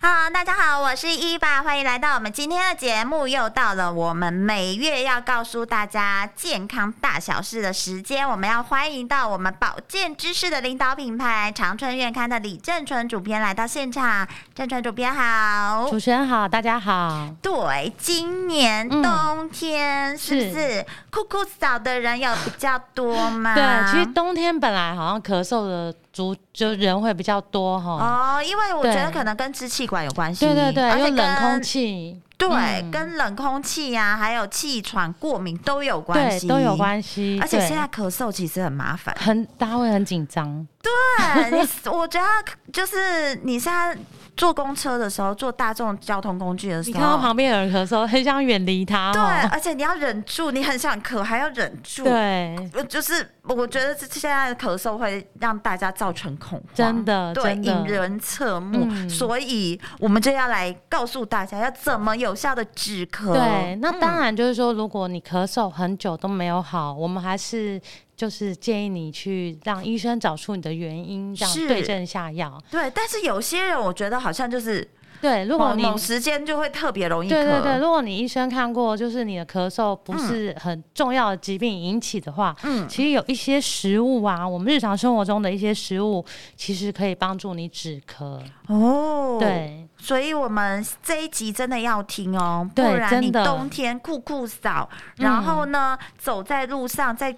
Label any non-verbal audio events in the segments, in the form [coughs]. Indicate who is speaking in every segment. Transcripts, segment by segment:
Speaker 1: Hello，大家好，我是伊爸，欢迎来到我们今天的节目。又到了我们每月要告诉大家健康大小事的时间，我们要欢迎到我们保健知识的领导品牌长春院刊的李正淳主编来到现场。正淳主编好。
Speaker 2: 主持人好，大家好。
Speaker 1: 对，今年
Speaker 2: 嗯
Speaker 1: 冬天是不
Speaker 2: [coughs]
Speaker 1: 是酷酷扫的人有比较多吗？
Speaker 2: 对，其实冬天本来好像咳嗽的族就人会比较多哈。
Speaker 1: 哦，因为我觉得
Speaker 2: 对
Speaker 1: 可能跟支气管有关系，
Speaker 2: 对对
Speaker 1: 而
Speaker 2: 对，
Speaker 1: 且
Speaker 2: 有冷
Speaker 1: 跟
Speaker 2: 空气，
Speaker 1: 对，
Speaker 2: 嗯
Speaker 1: 跟冷空气呀、还有气喘、过敏都有关
Speaker 2: 对
Speaker 1: 系，
Speaker 2: 都有关系。
Speaker 1: 而且
Speaker 2: 对，
Speaker 1: 现在咳嗽其实很麻烦
Speaker 2: 很大家会很紧张，
Speaker 1: 对，你我觉得就是你现在坐公车的时候，坐大众交通工具的时
Speaker 2: 你
Speaker 1: 候，
Speaker 2: 看到旁边有人咳嗽，很想远离他
Speaker 1: 对，
Speaker 2: 哦。
Speaker 1: 而且你要忍住，你很想咳，还要忍住，
Speaker 2: [laughs] 对，
Speaker 1: 呃，就是我觉得这现在的咳嗽会让大家造成恐慌，
Speaker 2: 真的
Speaker 1: 对，
Speaker 2: 真的
Speaker 1: 引人侧目。
Speaker 2: 嗯
Speaker 1: 所以我们就要来告诉大家要怎么有效的止咳。
Speaker 2: 对，那当
Speaker 1: 嗯、
Speaker 2: 然就是说，如果你咳嗽很久都没有好，我们还是就是建议你去让医生找出你的原因，这样
Speaker 1: 是
Speaker 2: 对症下药。
Speaker 1: 对，但是有些人我觉得好像就是
Speaker 2: 对，如
Speaker 1: 某
Speaker 2: 果你
Speaker 1: 某时间就会特别容易咳。
Speaker 2: 对对对，如果你医生看过，就是你的咳嗽不是很重要的疾病引起的话，
Speaker 1: 嗯
Speaker 2: 其实有一些食物啊，我们日常生活中的一些食物，其实可以帮助你止咳。
Speaker 1: 哦，，
Speaker 2: 对
Speaker 1: 所以我们这一集真的要听哦，不
Speaker 2: 对
Speaker 1: 然你
Speaker 2: 真的嗯
Speaker 1: 冬天酷酷扫，然后呢、走在路上，在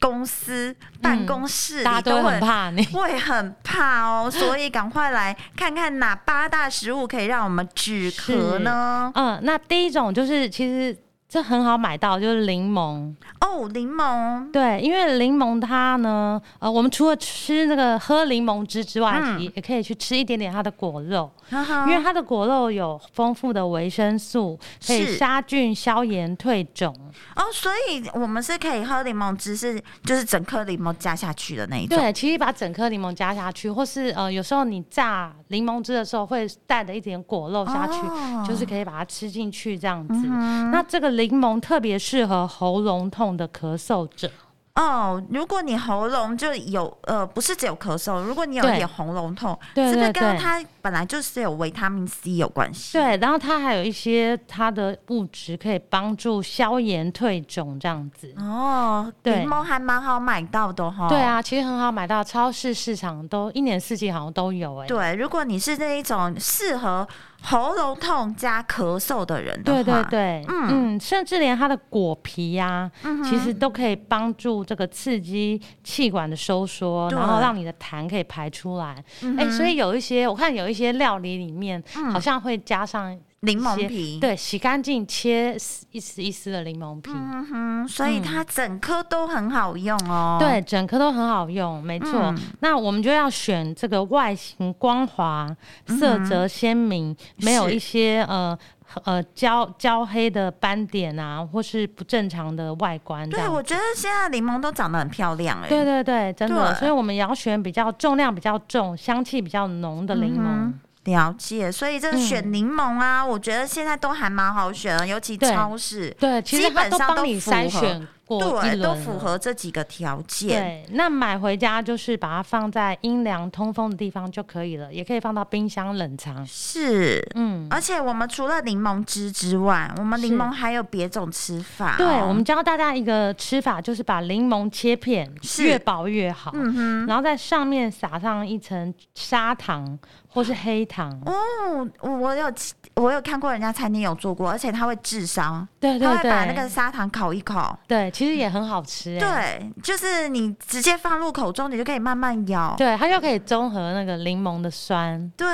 Speaker 1: 公司、办公室
Speaker 2: 嗯大
Speaker 1: 里
Speaker 2: 家
Speaker 1: 都
Speaker 2: 都会
Speaker 1: 会
Speaker 2: 很怕你。
Speaker 1: 会很怕哦，所以赶快来看看哪八大食物可以让我们止咳呢？
Speaker 2: 嗯，那第一种就是其实。这很好买到，就是柠檬。
Speaker 1: 哦，柠檬，
Speaker 2: 对，因为柠檬它呢，呃，我们除了吃那个喝柠檬汁之外，
Speaker 1: 嗯
Speaker 2: 也也可以去吃一点点它的果肉。
Speaker 1: 哈哈
Speaker 2: 因为它的果肉有丰富的维生素，可以
Speaker 1: 是
Speaker 2: 杀菌、消炎、退肿。
Speaker 1: 哦，所以我们是可以喝柠檬汁，是就是整颗柠檬加下去的那一种。
Speaker 2: 对，其实把整颗柠檬加下去，或是呃，有时候你榨柠檬汁的时候会带着一点果肉下去，
Speaker 1: 哦
Speaker 2: 就是可以把它吃进去这样子。
Speaker 1: 嗯
Speaker 2: 那这个柠檬特别适合喉咙痛的咳嗽者，
Speaker 1: 哦，如果你喉咙就有呃，不是只有咳嗽，如果你有一
Speaker 2: 对
Speaker 1: 点喉咙痛，
Speaker 2: 对
Speaker 1: 是不是
Speaker 2: 对
Speaker 1: 跟
Speaker 2: 对
Speaker 1: 它本来就是有维他命 C 有关系？
Speaker 2: 对，然后它还有一些它的物质可以帮助消炎退肿这样子。
Speaker 1: 哦，
Speaker 2: 对
Speaker 1: 柠檬还蛮好买到的哈、
Speaker 2: 对啊，其实很好买到，超市市场都一年四季好像都有哎、
Speaker 1: 对，如果你是那一种适合喉咙痛加咳嗽的人的话，
Speaker 2: 对对对，
Speaker 1: 嗯
Speaker 2: 嗯甚至连它的果皮呀、
Speaker 1: 嗯哼
Speaker 2: 其实都可以帮助这个刺激气管的收缩，
Speaker 1: 对
Speaker 2: 然后让你的痰可以排出来。哎、
Speaker 1: 嗯哼
Speaker 2: 所以有一些我看有一些料理里面、
Speaker 1: 嗯
Speaker 2: 好像会加上
Speaker 1: 柠檬
Speaker 2: 切
Speaker 1: 皮，，
Speaker 2: 对洗干净切丝一丝一丝的柠檬皮，
Speaker 1: 嗯哼，所以它整颗都很好用哦。
Speaker 2: 对整颗都很好用，没错。
Speaker 1: 嗯
Speaker 2: 那我们就要选这个外形光滑、色泽鲜明，没有
Speaker 1: 嗯是
Speaker 2: 一些呃。呃，焦焦黑的斑点啊，或是不正常的外观这
Speaker 1: 对，
Speaker 2: 样子，
Speaker 1: 我觉得现在柠檬都长得很漂亮哎、
Speaker 2: 对对对，真的，
Speaker 1: 对
Speaker 2: 所以我们也要选比较重量比较重、香气比较浓的柠檬。
Speaker 1: 嗯了解，所以这选柠檬啊，我觉得现在都还蛮好选的，尤其
Speaker 2: 嗯对
Speaker 1: 超市。
Speaker 2: 对，其
Speaker 1: 基
Speaker 2: 实它
Speaker 1: 本
Speaker 2: 都
Speaker 1: 上都
Speaker 2: 帮你
Speaker 1: 符
Speaker 2: 筛
Speaker 1: 合
Speaker 2: 选过一
Speaker 1: 对，
Speaker 2: 轮
Speaker 1: 都
Speaker 2: 了
Speaker 1: 符合这几个条件。
Speaker 2: 对，那买回家就是把它放在阴凉通风的地方就可以了，也可以放到冰箱冷藏。
Speaker 1: 是，
Speaker 2: 嗯，
Speaker 1: 而且我们除了柠檬汁之外，我们柠
Speaker 2: 是
Speaker 1: 檬还有别种吃法哦。
Speaker 2: 对，我们教大家一个吃法，就是把柠檬切片，
Speaker 1: 是
Speaker 2: 越薄越好，
Speaker 1: 嗯哼，
Speaker 2: 然后在上面撒上一层砂糖或是黑糖。
Speaker 1: 哦，我我有我有看过人家餐厅有做过，而且它会炙烧，
Speaker 2: 对
Speaker 1: 它
Speaker 2: 对
Speaker 1: 会把那个
Speaker 2: 对，
Speaker 1: 砂糖烤一烤。
Speaker 2: 对，其实也很好吃、欸。
Speaker 1: 对，就是你直接放入口中，你就可以慢慢咬。
Speaker 2: 对，它又可以综合那个柠檬
Speaker 1: [laughs]
Speaker 2: 的酸。
Speaker 1: 对，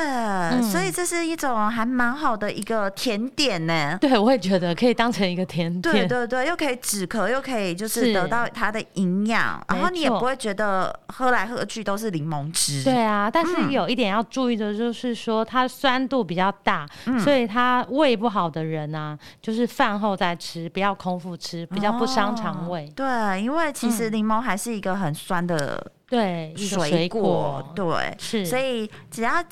Speaker 1: 所
Speaker 2: 嗯
Speaker 1: 以这是一种还蛮好的一个甜点呢。
Speaker 2: 对，我也觉得可以当成一个甜点。
Speaker 1: 对对对，又可以止咳，又可以就是
Speaker 2: 是
Speaker 1: 得到它的营养，然后你也
Speaker 2: 没错
Speaker 1: 不会觉得喝来喝去都是柠檬汁。
Speaker 2: 对啊，但
Speaker 1: 嗯
Speaker 2: 是有一点要注意的就是说，它酸度比较大，
Speaker 1: 嗯
Speaker 2: 所以它胃不好的人啊，就是饭后再吃，不要空腹吃，比较不伤肠胃
Speaker 1: 哦。对，因为其实
Speaker 2: 嗯
Speaker 1: 柠檬还是一个很酸的
Speaker 2: 对，一个
Speaker 1: 水
Speaker 2: 水
Speaker 1: 果，
Speaker 2: 果，
Speaker 1: 对，
Speaker 2: 是，
Speaker 1: 所以只要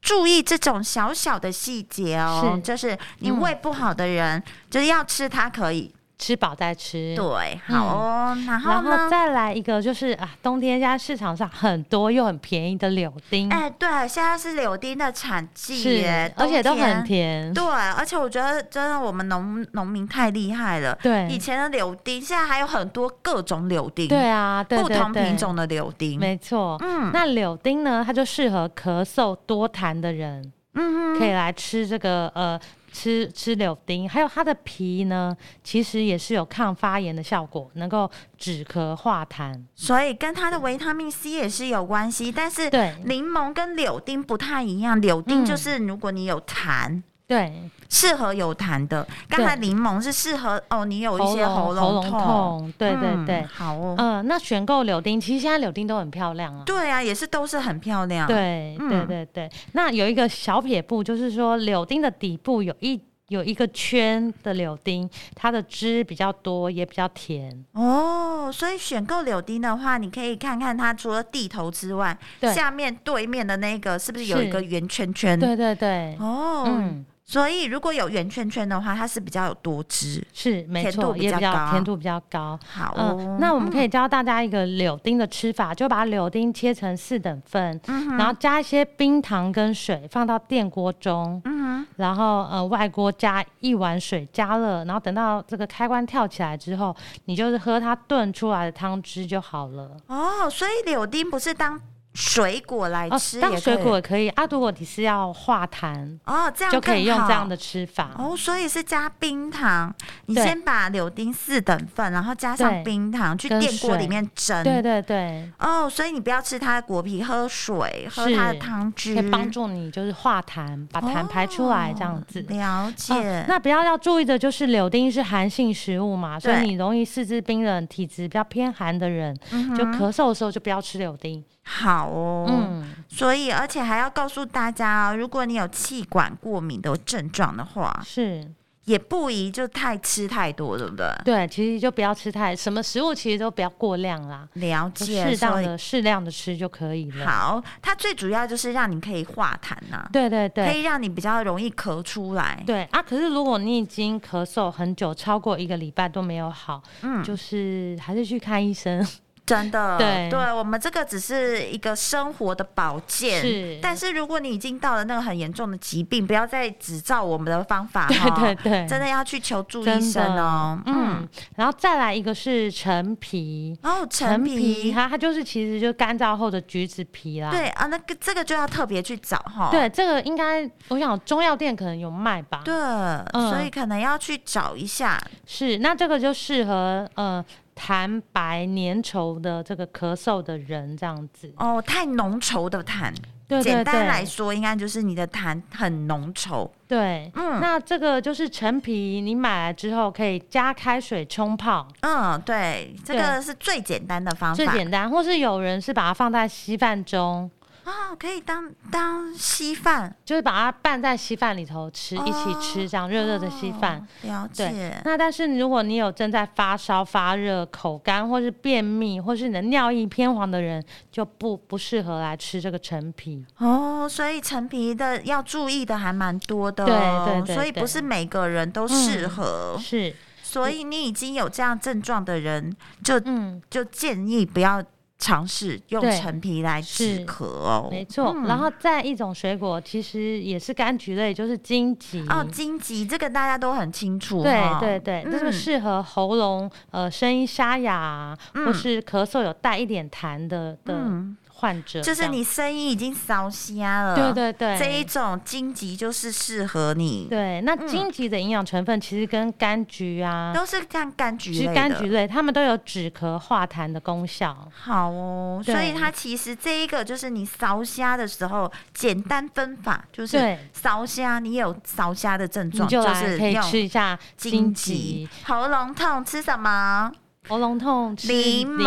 Speaker 1: 注意这种小小的细节哦，
Speaker 2: 是
Speaker 1: 就是你
Speaker 2: 嗯
Speaker 1: 胃不好的人，就是要吃它可以，
Speaker 2: 吃饱再吃。
Speaker 1: 对，好哦。然后
Speaker 2: 嗯然后
Speaker 1: 呢？
Speaker 2: 再来一个就是啊，冬天现在市场上很多又很便宜的柳丁，
Speaker 1: 哎、对，现在是柳丁的产季
Speaker 2: 嗯是
Speaker 1: 耶，，
Speaker 2: 而且都
Speaker 1: 冬
Speaker 2: 很甜。
Speaker 1: 对，而且我觉得真的我们农农民太厉害了。以
Speaker 2: 对，
Speaker 1: 前的柳丁，现在还有很多各种柳丁，
Speaker 2: 对啊，对
Speaker 1: 不
Speaker 2: 对
Speaker 1: 同
Speaker 2: 对
Speaker 1: 品种的柳丁。
Speaker 2: 没错。
Speaker 1: 嗯
Speaker 2: 那柳丁呢，它就适合咳嗽多痰的人。
Speaker 1: 嗯哼，
Speaker 2: 可以来吃这个呃吃吃柳丁，还有它的皮呢，其实也是有抗发炎的效果，能够止咳化痰。
Speaker 1: 所以跟它的维他命 C 也是有关系，但是
Speaker 2: 对
Speaker 1: 柠檬跟柳丁不太一样，柳丁
Speaker 2: 嗯
Speaker 1: 就是如果你有痰，
Speaker 2: 对，
Speaker 1: 适合有痰的。刚才柠檬是适合哦，你有一些
Speaker 2: 喉
Speaker 1: 咙
Speaker 2: 咙痛，对对
Speaker 1: 嗯
Speaker 2: 对，
Speaker 1: 好哦，
Speaker 2: 嗯、那选购柳丁，其实现在柳丁都很漂亮啊。
Speaker 1: 对啊，也是都是很漂亮，，
Speaker 2: 对对
Speaker 1: 嗯
Speaker 2: 对对，那有一个小撇步，就是说柳丁的底部有一有一个圈的柳丁，它的汁比较多，也比较甜。
Speaker 1: 哦，所以选购柳丁的话，你可以看看它除了地头之外，
Speaker 2: 对
Speaker 1: 下面对面的那个是不是有
Speaker 2: 是
Speaker 1: 一个圆圈圈？
Speaker 2: 对对对，
Speaker 1: 哦，
Speaker 2: 嗯，
Speaker 1: 所以如果有圆圈圈的话，它是比较有多汁。
Speaker 2: 是没
Speaker 1: 甜度
Speaker 2: 错，
Speaker 1: 比
Speaker 2: 也
Speaker 1: 较
Speaker 2: 比较
Speaker 1: 高
Speaker 2: 甜度比较高。
Speaker 1: 好哦、
Speaker 2: 嗯，那我们可以教大家一个柳丁的吃法，就把柳丁切成四等份，
Speaker 1: 嗯
Speaker 2: 然后加一些冰糖跟水，放到电锅中，
Speaker 1: 嗯
Speaker 2: 然后呃外锅加一碗水加热，然后等到这个开关跳起来之后，你就是喝它炖出来的汤汁就好了。
Speaker 1: 哦，所以柳丁不是当水果来
Speaker 2: 哦
Speaker 1: 哎吃、也
Speaker 2: 当
Speaker 1: 可
Speaker 2: 水
Speaker 1: 以
Speaker 2: 果也可以啊，如果你是要化痰，
Speaker 1: 哦，这样
Speaker 2: 就可以用
Speaker 1: 更好
Speaker 2: 这样的吃法。
Speaker 1: 哦，所以是加冰糖。你
Speaker 2: 对
Speaker 1: 先把柳丁四等份，然后加上
Speaker 2: 对
Speaker 1: 冰糖去
Speaker 2: 跟
Speaker 1: 电锅里
Speaker 2: 水
Speaker 1: 面蒸。
Speaker 2: 对对对，
Speaker 1: 哦，所以你不要吃它的果皮，喝水，喝
Speaker 2: 是
Speaker 1: 它的汤汁，
Speaker 2: 可以帮助你就是化痰，把痰排出来这样子。
Speaker 1: 哦了解、
Speaker 2: 哦那比较要注意的就是柳丁是寒性食物嘛，所以
Speaker 1: 对
Speaker 2: 你容易四肢冰冷、体质比较偏寒的人，
Speaker 1: 嗯哼
Speaker 2: 就咳嗽的时候就不要吃柳丁。
Speaker 1: 好哦。
Speaker 2: 嗯，
Speaker 1: 所以而且还要告诉大家哦，如果你有气管过敏的症状的话，
Speaker 2: 是
Speaker 1: 也不宜就太吃太多，对不对？
Speaker 2: 对，其实就不要吃太什么食物，其实都不要过量啦，
Speaker 1: 了
Speaker 2: 就
Speaker 1: 解，
Speaker 2: 适当
Speaker 1: 所以
Speaker 2: 的适量的吃就可以了。，
Speaker 1: 好，它最主要就是让你可以化痰呐、
Speaker 2: 对对
Speaker 1: 可
Speaker 2: 对。
Speaker 1: 以让你比较容易咳出来。
Speaker 2: 对啊，可是如果你已经咳嗽很久，超过一个礼拜都没有好，
Speaker 1: 嗯，
Speaker 2: 就是还是去看
Speaker 1: [laughs]
Speaker 2: 医生。
Speaker 1: 真的，
Speaker 2: 对
Speaker 1: 我们这个只是一个生活的保健。
Speaker 2: 是
Speaker 1: 但是如果你已经到了那个很严重的疾病，不要再只照我们的方法
Speaker 2: 对
Speaker 1: 哈，
Speaker 2: 对对，
Speaker 1: 哦真的要去求助
Speaker 2: 真的
Speaker 1: 医生哦。嗯，
Speaker 2: 嗯，然后再来一个是陈皮，
Speaker 1: 哦，陈
Speaker 2: 陈
Speaker 1: 皮
Speaker 2: 皮，，它它就是其实就干燥后的橘子皮啦。
Speaker 1: 对啊，那个这个就要特别去找哈。
Speaker 2: 对，这个应该我想中药店可能有卖吧。
Speaker 1: 对，
Speaker 2: 嗯
Speaker 1: 所以可能要去找一下。
Speaker 2: 是，那这个就适合呃痰白粘稠的这个咳嗽的人这样子。
Speaker 1: 哦，太浓稠的痰，
Speaker 2: 对对
Speaker 1: 简单
Speaker 2: 对
Speaker 1: 来说，应该就是你的痰很浓稠。
Speaker 2: 对。
Speaker 1: 嗯
Speaker 2: 那这个就是陈皮，你买来之后可以加开水冲泡，
Speaker 1: 嗯，对，这个是最简单的方法。
Speaker 2: 最简单。或是有人是把它放在稀饭中，
Speaker 1: 啊、可以当当稀饭，
Speaker 2: 就是把它拌在稀饭里头吃，一起吃这样热热的稀饭。
Speaker 1: 哦了解
Speaker 2: 对，那但是如果你有正在发烧、发热、口干，或是便秘，或是你的尿液偏黄的人，就不不适合来吃这个陈皮。
Speaker 1: 哦，所以陈皮的要注意的还蛮多的、
Speaker 2: 对
Speaker 1: 哦，
Speaker 2: 对对嗯
Speaker 1: 所以不
Speaker 2: 对哦
Speaker 1: 是每个人都适合，
Speaker 2: 是，
Speaker 1: 所以你已经有这样症状的人，就
Speaker 2: 嗯，
Speaker 1: 就建议不要尝试用
Speaker 2: 对
Speaker 1: 陈皮来止
Speaker 2: 是
Speaker 1: 咳哦。
Speaker 2: 没错。然后再一种水果，其实也是柑橘类，就是荆棘。
Speaker 1: 哦，荆棘这个大家都很清楚
Speaker 2: 对
Speaker 1: 哈，
Speaker 2: 对对，这个
Speaker 1: 嗯
Speaker 2: 适合喉咙呃声音沙哑啊、或
Speaker 1: 嗯
Speaker 2: 是咳嗽有带一点痰的的
Speaker 1: 嗯，
Speaker 2: 患者这
Speaker 1: 就
Speaker 2: 样，
Speaker 1: 是你声音已经烧瞎了，
Speaker 2: 对对对
Speaker 1: 这一种荆棘就是适合你，
Speaker 2: 对，那
Speaker 1: 嗯
Speaker 2: 荆棘的营养成分其实跟柑橘啊、
Speaker 1: 都是像柑橘
Speaker 2: 其
Speaker 1: 类
Speaker 2: 实
Speaker 1: 的。
Speaker 2: 柑橘类，它们都有止咳化痰的功效。
Speaker 1: 好哦，
Speaker 2: 对
Speaker 1: 所以它其实这一个就是你烧虾的时候，简单分法就是
Speaker 2: 对
Speaker 1: 烧虾，你有烧虾的症
Speaker 2: 你
Speaker 1: 状，
Speaker 2: 就来
Speaker 1: 嗯是
Speaker 2: 可以吃
Speaker 1: 用
Speaker 2: 一下
Speaker 1: 荆
Speaker 2: 荆
Speaker 1: 棘
Speaker 2: 棘，、
Speaker 1: 喉咙痛吃什么？
Speaker 2: 喉咙痛吃
Speaker 1: 柠
Speaker 2: 柠檬，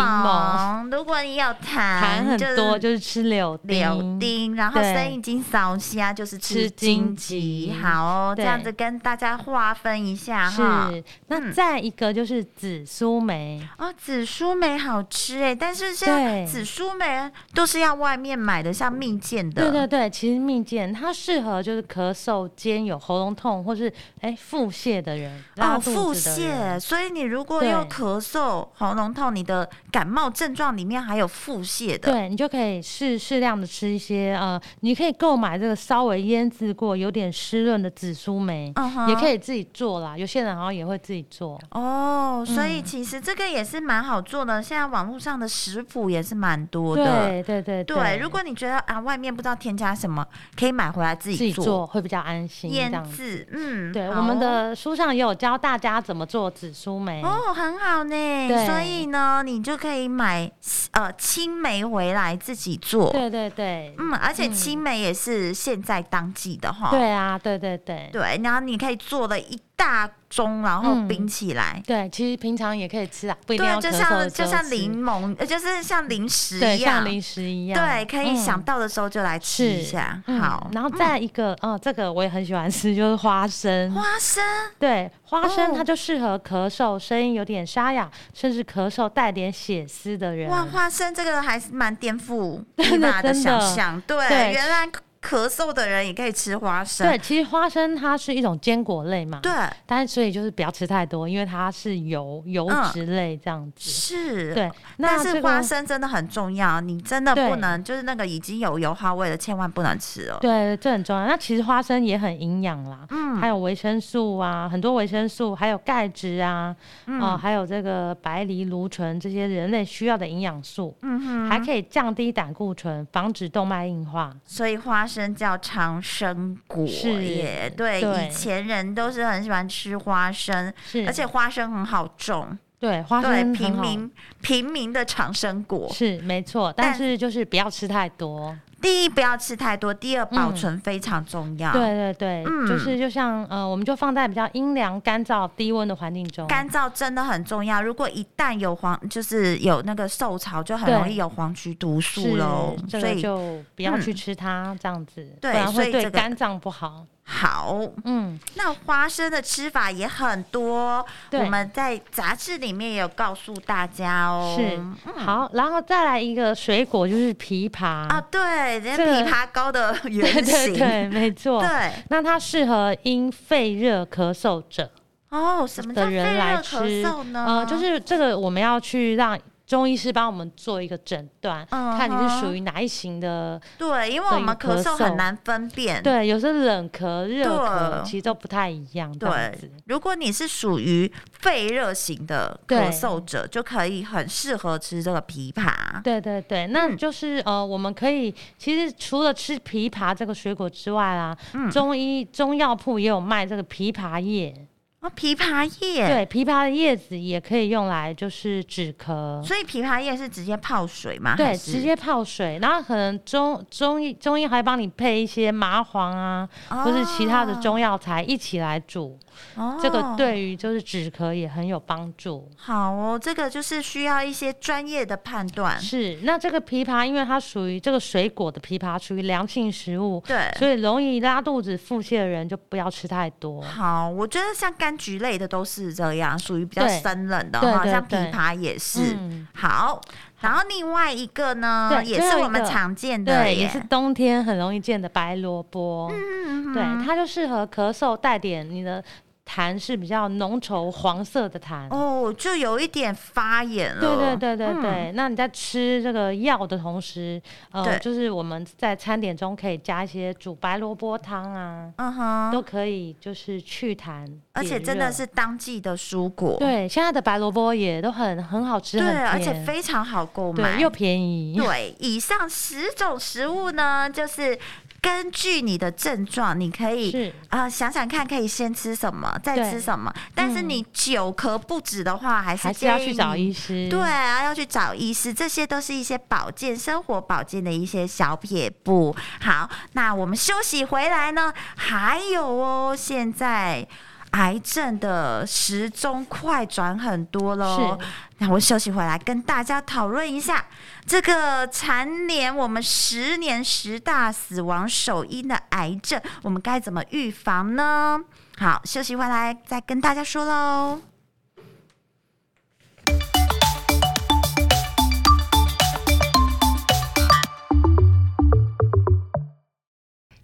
Speaker 1: 檬。如果你有
Speaker 2: 痰
Speaker 1: 痰，
Speaker 2: 很多
Speaker 1: 就是
Speaker 2: 就是吃柳
Speaker 1: 柳
Speaker 2: 丁。
Speaker 1: 丁，然后
Speaker 2: 对
Speaker 1: 生已经烧虾，就是吃
Speaker 2: 吃
Speaker 1: 荆
Speaker 2: 荆
Speaker 1: 棘。
Speaker 2: 棘
Speaker 1: 好哦，这
Speaker 2: 对
Speaker 1: 样子跟大家划分一下哈。
Speaker 2: 是，
Speaker 1: 嗯
Speaker 2: 那再一个就是紫苏梅，
Speaker 1: 哦，紫苏梅好吃哎，但是像
Speaker 2: 对
Speaker 1: 紫苏梅都是要外面买的，像蜜饯的。
Speaker 2: 对对对，其实蜜饯它适合就是咳嗽兼有喉咙痛或是哎腹泻的人，拉
Speaker 1: 哦，
Speaker 2: 肚
Speaker 1: 腹
Speaker 2: 子的
Speaker 1: 泻，
Speaker 2: 人
Speaker 1: 所以你如果
Speaker 2: 对
Speaker 1: 有咳嗽、喉咙痛，你的感冒症状里面还有腹泻的，
Speaker 2: 对你就可以适适量的吃一些呃，你可以购买这个稍微腌制过、有点湿润的紫苏梅，
Speaker 1: 嗯哼
Speaker 2: 也可以自己做啦。有些人好像也会自己做，
Speaker 1: 哦，所
Speaker 2: 嗯
Speaker 1: 以其实这个也是蛮好做的，现在网络上的食谱也是蛮多的。
Speaker 2: 对对对
Speaker 1: 对，如果你觉得啊外面不知道添加什么，可以买回来自
Speaker 2: 自
Speaker 1: 己
Speaker 2: 己
Speaker 1: 做
Speaker 2: 做会比较安心，这
Speaker 1: 腌
Speaker 2: 样子。
Speaker 1: 制。嗯，
Speaker 2: 对，
Speaker 1: 好
Speaker 2: 我们的书上也有教大家怎么做紫苏梅。
Speaker 1: 哦很好呢，
Speaker 2: 对
Speaker 1: 所以呢，你就可以买呃青梅回来自己做。
Speaker 2: 对对对，
Speaker 1: 嗯，而且青梅也是现在当季的哈。
Speaker 2: 对啊，对对对
Speaker 1: 对，然后你可以做了一大盅，然后冰起来。
Speaker 2: 对，其实平常也可以吃啊，嗯不一定要
Speaker 1: 对，
Speaker 2: 咳
Speaker 1: 就
Speaker 2: 嗽
Speaker 1: 像
Speaker 2: 的时
Speaker 1: 就
Speaker 2: 候
Speaker 1: 像
Speaker 2: 吃
Speaker 1: 柠檬，呃就是像零食
Speaker 2: 对
Speaker 1: 一样
Speaker 2: 像。零食一样，
Speaker 1: 对，可以
Speaker 2: 嗯
Speaker 1: 想到的时候就来吃一下。
Speaker 2: 嗯
Speaker 1: 好，
Speaker 2: 然后再一个，嗯，这个我也很喜欢吃，就是花生。
Speaker 1: 花生
Speaker 2: 对，花生
Speaker 1: 哦
Speaker 2: 它就适合咳嗽、声音有点沙哑，甚至咳嗽带点血丝的人。
Speaker 1: 哇，花生这个还是蛮颠
Speaker 2: [laughs]
Speaker 1: 覆伊
Speaker 2: 真的
Speaker 1: 玛的
Speaker 2: 真
Speaker 1: 想
Speaker 2: 的
Speaker 1: 象。对，
Speaker 2: 对
Speaker 1: 原来咳嗽的人也可以吃花生。
Speaker 2: 对，其实花生它是一种坚果类嘛，
Speaker 1: 对，
Speaker 2: 但是所以就是不要吃太多，因为它是油油脂类这样子。
Speaker 1: 嗯是。
Speaker 2: 对，
Speaker 1: 但
Speaker 2: 那这
Speaker 1: 是
Speaker 2: 个
Speaker 1: 花生真的很重要，你真的不
Speaker 2: 对
Speaker 1: 能就是那个已经有油花味的，千万不能吃哦。
Speaker 2: 对，这很重要。那其实花生也很营养啦，
Speaker 1: 嗯
Speaker 2: 还有维生素啊，很多维生素，还有钙质啊，
Speaker 1: 嗯
Speaker 2: 哦、还有这个白藜芦醇这些人类需要的营养素，
Speaker 1: 嗯哼，
Speaker 2: 还可以降低胆固醇，防止动脉硬化。
Speaker 1: 所以花生叫长生果
Speaker 2: 是
Speaker 1: 耶。对，
Speaker 2: 对
Speaker 1: 以前人都是很喜欢吃花生，
Speaker 2: 是，
Speaker 1: 而且花生很好种，
Speaker 2: 对花
Speaker 1: 对
Speaker 2: 生很
Speaker 1: 平
Speaker 2: 好
Speaker 1: 民平民的长生果。
Speaker 2: 是没错，
Speaker 1: 但
Speaker 2: 但是就是不要吃太多。
Speaker 1: 第一，不要吃太多；第二，
Speaker 2: 嗯
Speaker 1: 保存非常重要。
Speaker 2: 对对对，
Speaker 1: 嗯
Speaker 2: 就是就像呃，我们就放在比较阴凉、干燥、低温的环境中。
Speaker 1: 干燥真的很重要，如果一旦有黄，就是有那个受潮，就很容易
Speaker 2: 对
Speaker 1: 有黄曲毒素
Speaker 2: 是
Speaker 1: 喽，。
Speaker 2: 这
Speaker 1: 所
Speaker 2: 个
Speaker 1: 以
Speaker 2: 就不要去
Speaker 1: 嗯
Speaker 2: 吃它，这样子，
Speaker 1: 对
Speaker 2: 不然
Speaker 1: 所以
Speaker 2: 会对
Speaker 1: 这个
Speaker 2: 肝脏不好。
Speaker 1: 好，
Speaker 2: 嗯，
Speaker 1: 那花生的吃法也很多，
Speaker 2: 对
Speaker 1: 我们在杂志里面也有告诉大家哦。
Speaker 2: 是好，然后再来一个水果就是枇杷
Speaker 1: 啊，，对，这
Speaker 2: 这个
Speaker 1: 枇杷膏的原
Speaker 2: 对
Speaker 1: 型，
Speaker 2: [laughs] 对对，没错。
Speaker 1: 对
Speaker 2: 那它适合因肺热咳嗽者
Speaker 1: 哦，什么叫
Speaker 2: 的
Speaker 1: 肺热
Speaker 2: 人来
Speaker 1: 咳
Speaker 2: 吃
Speaker 1: 嗽，呢？
Speaker 2: 呃，就是这个我们要去让中医师帮我们做一个诊断，
Speaker 1: 嗯
Speaker 2: 看你是
Speaker 1: 哼
Speaker 2: 属于哪一型的。
Speaker 1: 对，因为我们咳
Speaker 2: 等于咳
Speaker 1: 嗽
Speaker 2: 嗽
Speaker 1: 很难分辨。
Speaker 2: 对，有时候冷咳、热
Speaker 1: 对
Speaker 2: 咳其实都不太一样，这样子
Speaker 1: 对。，如果你是属于肺热型的咳
Speaker 2: 对
Speaker 1: 嗽者，就可以很适合吃这个枇杷。
Speaker 2: 对对对，
Speaker 1: 嗯
Speaker 2: 那就是、呃，我们可以其实除了吃枇杷这个水果之外啦，
Speaker 1: 嗯
Speaker 2: 中医中药铺也有卖这个枇杷叶，
Speaker 1: 哦，枇杷叶，
Speaker 2: 对，枇杷的叶子也可以用来就是止咳。
Speaker 1: 所以枇杷叶是直接泡水吗？还
Speaker 2: 对，
Speaker 1: 是
Speaker 2: 直接泡水，然后可能中中医中医还帮你配一些麻黄啊，或是其他的中药材一起来煮，
Speaker 1: 哦
Speaker 2: 这个。对于就是止咳也很有帮助。
Speaker 1: 好哦，这个就是需要一些专业的判断。
Speaker 2: 是，那这个枇杷，因为它属于这个水果的枇杷，属于凉性食物，
Speaker 1: 对，
Speaker 2: 所以容易拉肚子、腹泻的人就不要吃太多。
Speaker 1: 好，我觉得像柑橘类的都是这样，属于比较
Speaker 2: 对
Speaker 1: 生冷的
Speaker 2: 对
Speaker 1: 哈，
Speaker 2: 对
Speaker 1: 像
Speaker 2: 对
Speaker 1: 枇杷也是。
Speaker 2: 嗯
Speaker 1: 好，然后另外一个呢，
Speaker 2: 对
Speaker 1: 也
Speaker 2: 最
Speaker 1: 是
Speaker 2: 后一
Speaker 1: 我们
Speaker 2: 个
Speaker 1: 常见的
Speaker 2: 对，
Speaker 1: 耶，
Speaker 2: 也是冬天很容易见的白萝卜，
Speaker 1: 嗯
Speaker 2: 对，它就适合咳嗽带点你的痰是比较浓稠黄色的痰。
Speaker 1: 哦，嗯就有一点发炎了。
Speaker 2: 对对对对对，那你在吃这个药的同时，
Speaker 1: 对
Speaker 2: 呃，就是我们在餐点中可以加一些煮白萝卜汤啊，
Speaker 1: 嗯哼，
Speaker 2: 都可以，就是去痰解热，
Speaker 1: 而且真的是当季的蔬果，
Speaker 2: 对现在的白萝卜也都很很好吃，
Speaker 1: 对，
Speaker 2: 很
Speaker 1: 而且
Speaker 2: 甜
Speaker 1: 非常好购买
Speaker 2: 对，又便宜，
Speaker 1: 对，以上十种食物呢，就是根据你的症状，你可以
Speaker 2: 是
Speaker 1: 啊、呃想想看，可以先吃什么，再
Speaker 2: 对嗯
Speaker 1: 吃什么。但是你久咳不止的话，还是
Speaker 2: 还是要
Speaker 1: 建议
Speaker 2: 去找
Speaker 1: 你
Speaker 2: 医师。
Speaker 1: 对啊，要去找医师，这些都是一些保健、生活保健的一些小撇步。好，那我们休息回来呢，还有哦，现在癌症的时钟快转很多喽
Speaker 2: 是。
Speaker 1: 那我休息回来跟大家讨论一下这个蝉联我们十年十大死亡首因的癌症，我们该怎么预防呢？好，休息回来再跟大家说喽。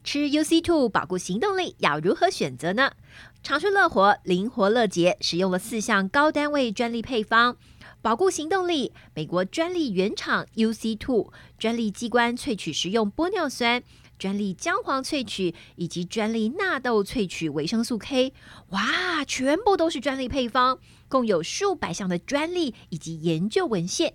Speaker 3: 吃 UC Two 保护行动力要如何选择呢？长春乐活灵活乐捷使用了四项高单位专利配方，保护行动力。美国专利原厂 UC Two 专利机关萃取食用玻尿酸。专利姜黄萃取以及专利纳豆萃取维生素 K，哇，全部都是专利配方，共有数百项的专利以及研究文献。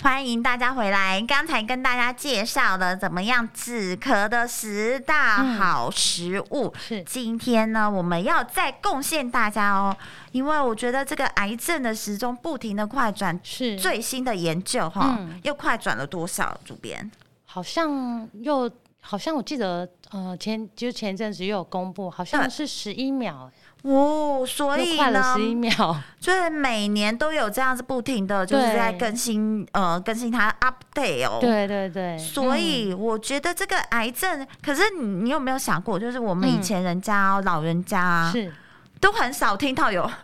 Speaker 1: 欢迎大家回来。刚才跟大家介绍了怎么样止咳的十大好食物。
Speaker 2: 是
Speaker 1: 今天呢，我们要再贡献大家哦，因为我觉得这个癌症的时钟不停的快转，
Speaker 2: 是，
Speaker 1: 最新的研究哈、
Speaker 2: 嗯
Speaker 1: 又快转了多少？主编，
Speaker 2: 好像又好像我记得，呃，前就前一阵子又有公布，好
Speaker 1: 对
Speaker 2: 像是十一秒，
Speaker 1: 哦，所
Speaker 2: 又
Speaker 1: 以
Speaker 2: 快了
Speaker 1: 呢，
Speaker 2: 十一秒，
Speaker 1: [laughs] 就是每年都有这样子不停的，就是
Speaker 2: 对
Speaker 1: 在更新呃更新它的 update 哦。
Speaker 2: 对对对，
Speaker 1: 所以
Speaker 2: 嗯
Speaker 1: 我觉得这个癌症，可是你你有没有想过，就是我们以前人家、哦老人家、
Speaker 2: 嗯
Speaker 1: 啊、
Speaker 2: 是
Speaker 1: 都很少听到有 [laughs]